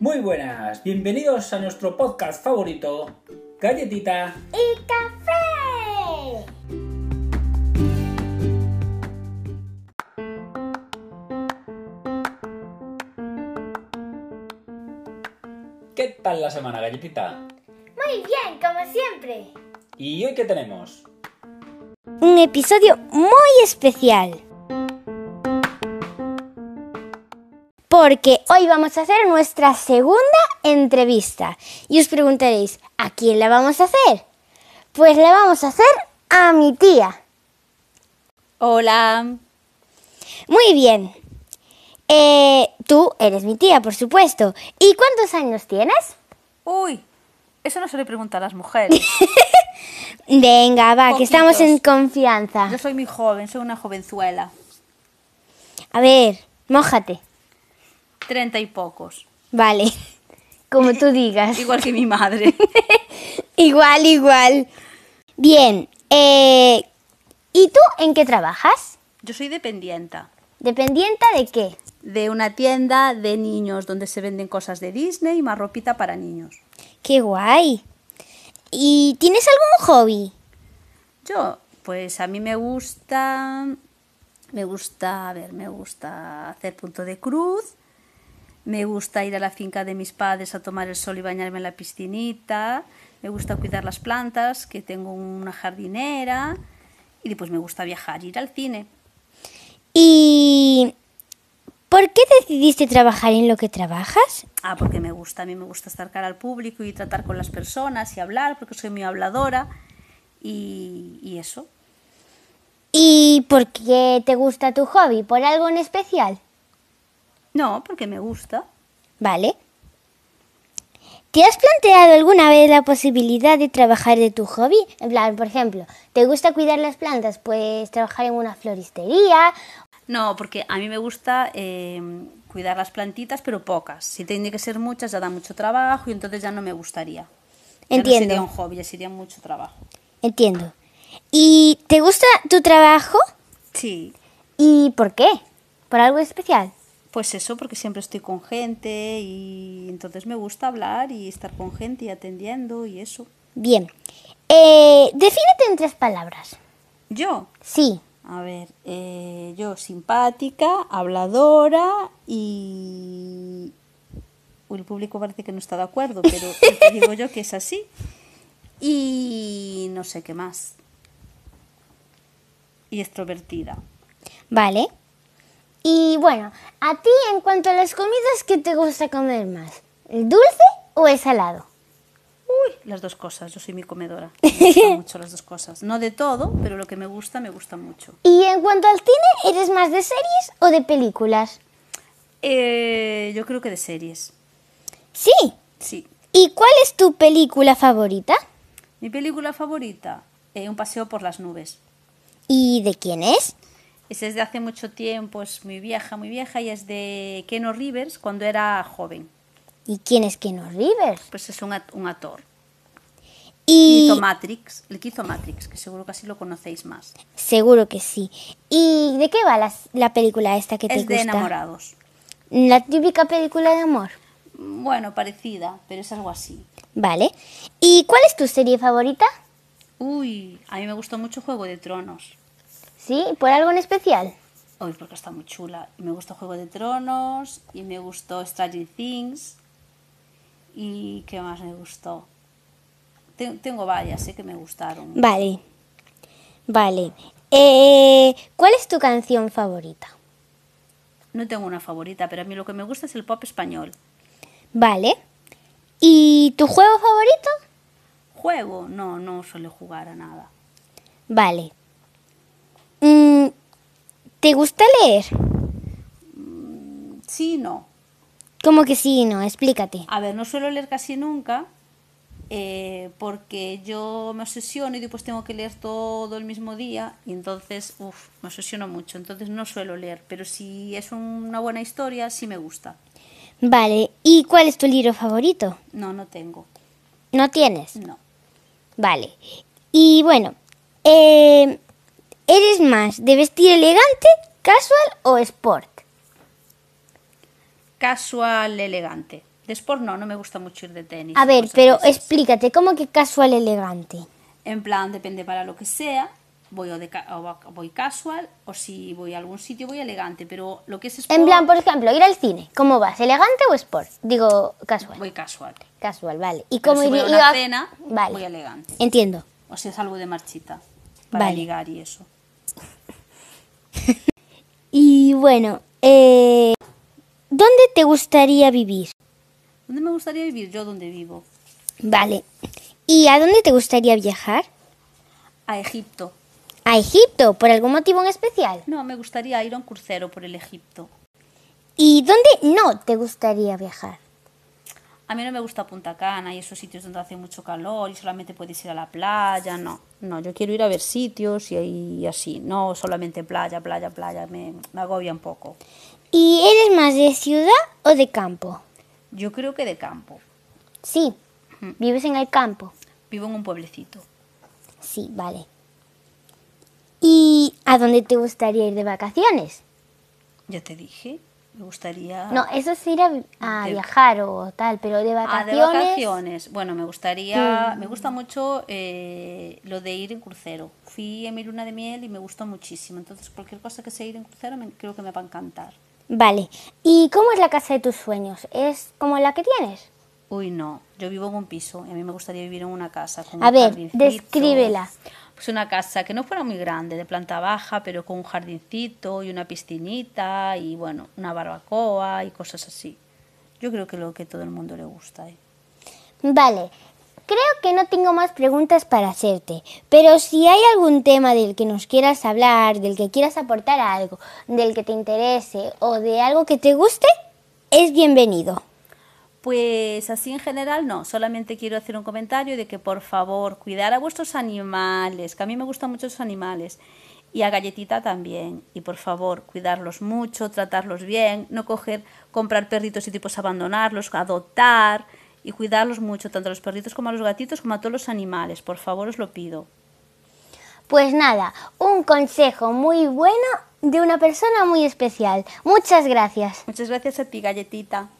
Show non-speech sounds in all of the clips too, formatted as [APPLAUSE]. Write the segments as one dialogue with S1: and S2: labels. S1: Muy buenas, bienvenidos a nuestro podcast favorito, Galletita.
S2: y café.
S1: ¿Qué tal la semana, Galletita?
S2: Muy bien, como siempre.
S1: ¿Y hoy qué tenemos?
S2: Un episodio muy especial. Porque hoy vamos a hacer nuestra segunda entrevista. Y os preguntaréis, ¿a quién la vamos a hacer? Pues la vamos a hacer a mi tía.
S3: Hola.
S2: Muy bien. Eh, tú eres mi tía, por supuesto. ¿Y cuántos años tienes?
S3: Uy, eso no se le pregunta a las mujeres.
S2: Venga, va, que estamos en
S3: Poquitos.
S2: confianza.
S3: Yo soy muy joven, soy una jovenzuela.
S2: A ver, mójate.
S3: Treinta y pocos.
S2: Vale. [LAUGHS] Como tú digas.
S3: Igual que mi madre.
S2: [LAUGHS] igual, igual. Bien. eh, ¿Y tú en qué trabajas?
S3: Yo soy dependienta
S2: ¿Dependienta de qué?
S3: de una tienda de niños donde se venden cosas de Disney y más ropita para niños.
S2: Qué guay. ¿Y tienes algún hobby?
S3: Yo, pues a mí me gusta... Me gusta, a ver, me gusta hacer punto de cruz. Me gusta ir a la finca de mis padres a tomar el sol y bañarme en la piscinita. Me gusta cuidar las plantas, que tengo una jardinera. Y después me gusta viajar, ir al cine.
S2: ¿Y por qué decidiste trabajar en lo que trabajas?
S3: Ah, porque me gusta, a mí me gusta estar cara al público y tratar con las personas y hablar, porque soy muy habladora. Y, y eso.
S2: ¿Y por qué te gusta tu hobby? ¿Por algo en especial?
S3: No, porque me gusta.
S2: Vale. ¿Te has planteado alguna vez la posibilidad de trabajar de tu hobby? En plan, por ejemplo, ¿te gusta cuidar las plantas? Pues trabajar en una floristería.
S3: No, porque a mí me gusta eh, cuidar las plantitas, pero pocas. Si tiene que ser muchas, ya da mucho trabajo y entonces ya no me gustaría. Ya no
S2: Entiendo.
S3: sería un hobby, ya sería mucho trabajo.
S2: Entiendo. ¿Y te gusta tu trabajo?
S3: Sí,
S2: ¿Y por qué? ¿Por algo especial?
S3: pues eso, porque siempre estoy con gente y entonces me gusta hablar y estar con gente y atendiendo y eso.
S2: Bien. Eh, defínete en tres palabras.
S3: Yo,
S2: Sí.
S3: a ver, eh, yo simpática, habladora y... Uy, el público parece que no está de acuerdo, pero te digo yo que es así. Y no sé qué más. Y extrovertida.
S2: Vale. Y bueno, a ti en cuanto a las comidas, ¿qué te gusta comer más? ¿El dulce o el salado?
S3: Uy, las dos cosas, yo soy mi comedora. Me gustan mucho las dos cosas. No de todo, pero lo que me gusta, me gusta mucho.
S2: Y en cuanto al cine, ¿eres más de series o de películas?
S3: Eh, yo creo que de series.
S2: Sí.
S3: Sí.
S2: ¿Y cuál es tu película favorita?
S3: Mi película favorita, eh, Un paseo por las nubes.
S2: ¿Y de quién es?
S3: Es desde hace mucho tiempo, es muy vieja, muy vieja, y es de Keno Rivers cuando era joven.
S2: ¿Y quién es Keno Rivers?
S3: Pues es un, at- un actor. Y...
S2: Y
S3: Hizo Matrix, el que hizo Matrix, que seguro que así lo conocéis más.
S2: seguro que sí. ¿Y de qué va la, la película esta que te
S3: Es de
S2: gusta?
S3: enamorados.
S2: La típica película de amor.
S3: Bueno, parecida, pero es algo así.
S2: Vale. ¿Y cuál es tu serie favorita?
S3: Uy, a mí me gustó mucho Juego de Tronos.
S2: Sí, por algo en especial.
S3: Uy, porque está muy chula. Y me gustó Juego de Tronos, y me gustó Stranger Things. ¿Y qué más me gustó? Ten- tengo varias, sé que me gustaron.
S2: Vale. Vale. Eh, ¿Cuál es tu canción favorita?
S3: No tengo una favorita, pero a mí lo que me gusta es el pop español.
S2: Vale. ¿Y tu juego favorito?
S3: Juego, no, no suele jugar a nada.
S2: Vale. Mm, ¿Te gusta leer?
S3: Sí, no.
S2: Como que sí, y no, explícate.
S3: A ver, no suelo leer casi nunca eh, porque yo me obsesiono y después tengo que leer todo el mismo día y entonces, uff, me obsesiono mucho. Entonces no suelo leer, pero si es una buena historia, sí me gusta.
S2: Vale, ¿y cuál es tu libro favorito?
S3: No, no tengo.
S2: No tienes.
S3: No.
S2: Vale. Y bueno, eh, ¿eres más de vestir elegante, casual o sport?
S3: Casual, elegante. De sport no, no me gusta mucho ir de tenis.
S2: A
S3: y
S2: ver,
S3: cosas
S2: pero
S3: de esas.
S2: explícate, ¿cómo que casual elegante?
S3: En plan, depende para lo que sea. Voy, o de ca- o va- voy casual o si voy a algún sitio voy elegante, pero lo que es sport
S2: En plan, por ejemplo, ir al cine, ¿cómo vas? ¿Elegante o sport? Digo, casual.
S3: voy casual.
S2: Casual, vale. ¿Y
S3: Pero
S2: cómo
S3: si voy
S2: iría?
S3: a una
S2: iba-
S3: cena
S2: Vale.
S3: voy elegante.
S2: Entiendo.
S3: O sea, salgo de marchita para
S2: Vale.
S3: ligar y eso.
S2: Y bueno, eh, ¿dónde te gustaría vivir?
S3: ¿Dónde me gustaría vivir? Yo donde vivo.
S2: Vale. ¿Y a dónde te gustaría viajar?
S3: A Egipto.
S2: ¿A Egipto? ¿Por algún motivo en especial?
S3: No, me gustaría ir a un crucero por el Egipto.
S2: ¿Y dónde no te gustaría viajar?
S3: A mí no me gusta Punta Cana y esos sitios donde hace mucho calor y solamente puedes ir a la playa. No, no, yo quiero ir a ver sitios y, ahí así. No solamente playa, playa, playa. Me, me agobia un poco.
S2: ¿Y eres más de ciudad o de campo?
S3: Yo creo que de campo.
S2: Sí. ¿Vives en el campo?
S3: Vivo en un pueblecito.
S2: Sí, vale. ¿Y a dónde te gustaría ir de vacaciones?
S3: Ya te dije, me gustaría...
S2: No, eso es ir a, vi- a
S3: Ah. De-
S2: viajar o tal, pero de
S3: Ah, de
S2: vacaciones. Mm.
S3: vacaciones. Bueno, me gustaría, me gusta mucho eh, lo de ir en crucero. Fui en mi luna de miel y me gustó muchísimo. Entonces, cualquier cosa que sea ir en crucero, me- creo que me va a encantar.
S2: Vale. ¿Y cómo es la casa de tus sueños? ¿Es como la que tienes?
S3: Uy, no, yo vivo en un piso y a mí me gustaría vivir en una casa. Con
S2: A
S3: un
S2: ver,
S3: jardincito.
S2: descríbela.
S3: Pues una casa que no fuera muy grande, de planta baja, pero con un jardincito y una piscinita y bueno, una barbacoa y cosas así. Yo creo que lo que todo el mundo le gusta. ¿eh?
S2: Vale. Creo que no tengo más preguntas para hacerte, pero si hay algún tema del que nos quieras hablar, del que quieras aportar algo, del que te interese o de algo que te guste, es bienvenido.
S3: Pues así en general no, solamente quiero hacer un comentario de que por favor cuidar a vuestros animales, que a mí me gustan mucho los animales y a Galletita también. Y por favor cuidarlos mucho, tratarlos bien, no coger, comprar perritos y tipos abandonarlos, adoptar y cuidarlos mucho, tanto a los perritos como a los gatitos como a todos los animales, por favor os lo pido.
S2: Pues nada, un consejo muy bueno de una persona muy especial. Muchas gracias.
S3: Muchas gracias a ti, Galletita.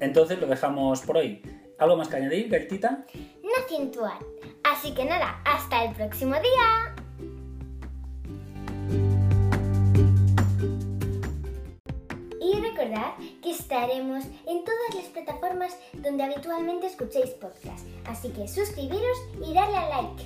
S1: Entonces lo dejamos por hoy. ¿Algo más que añadir, Galletita?
S2: No cintuar. Así que nada, hasta el próximo día. Y recordad que estaremos en todas las plataformas donde habitualmente escuchéis podcasts. Así que suscribiros y darle a like.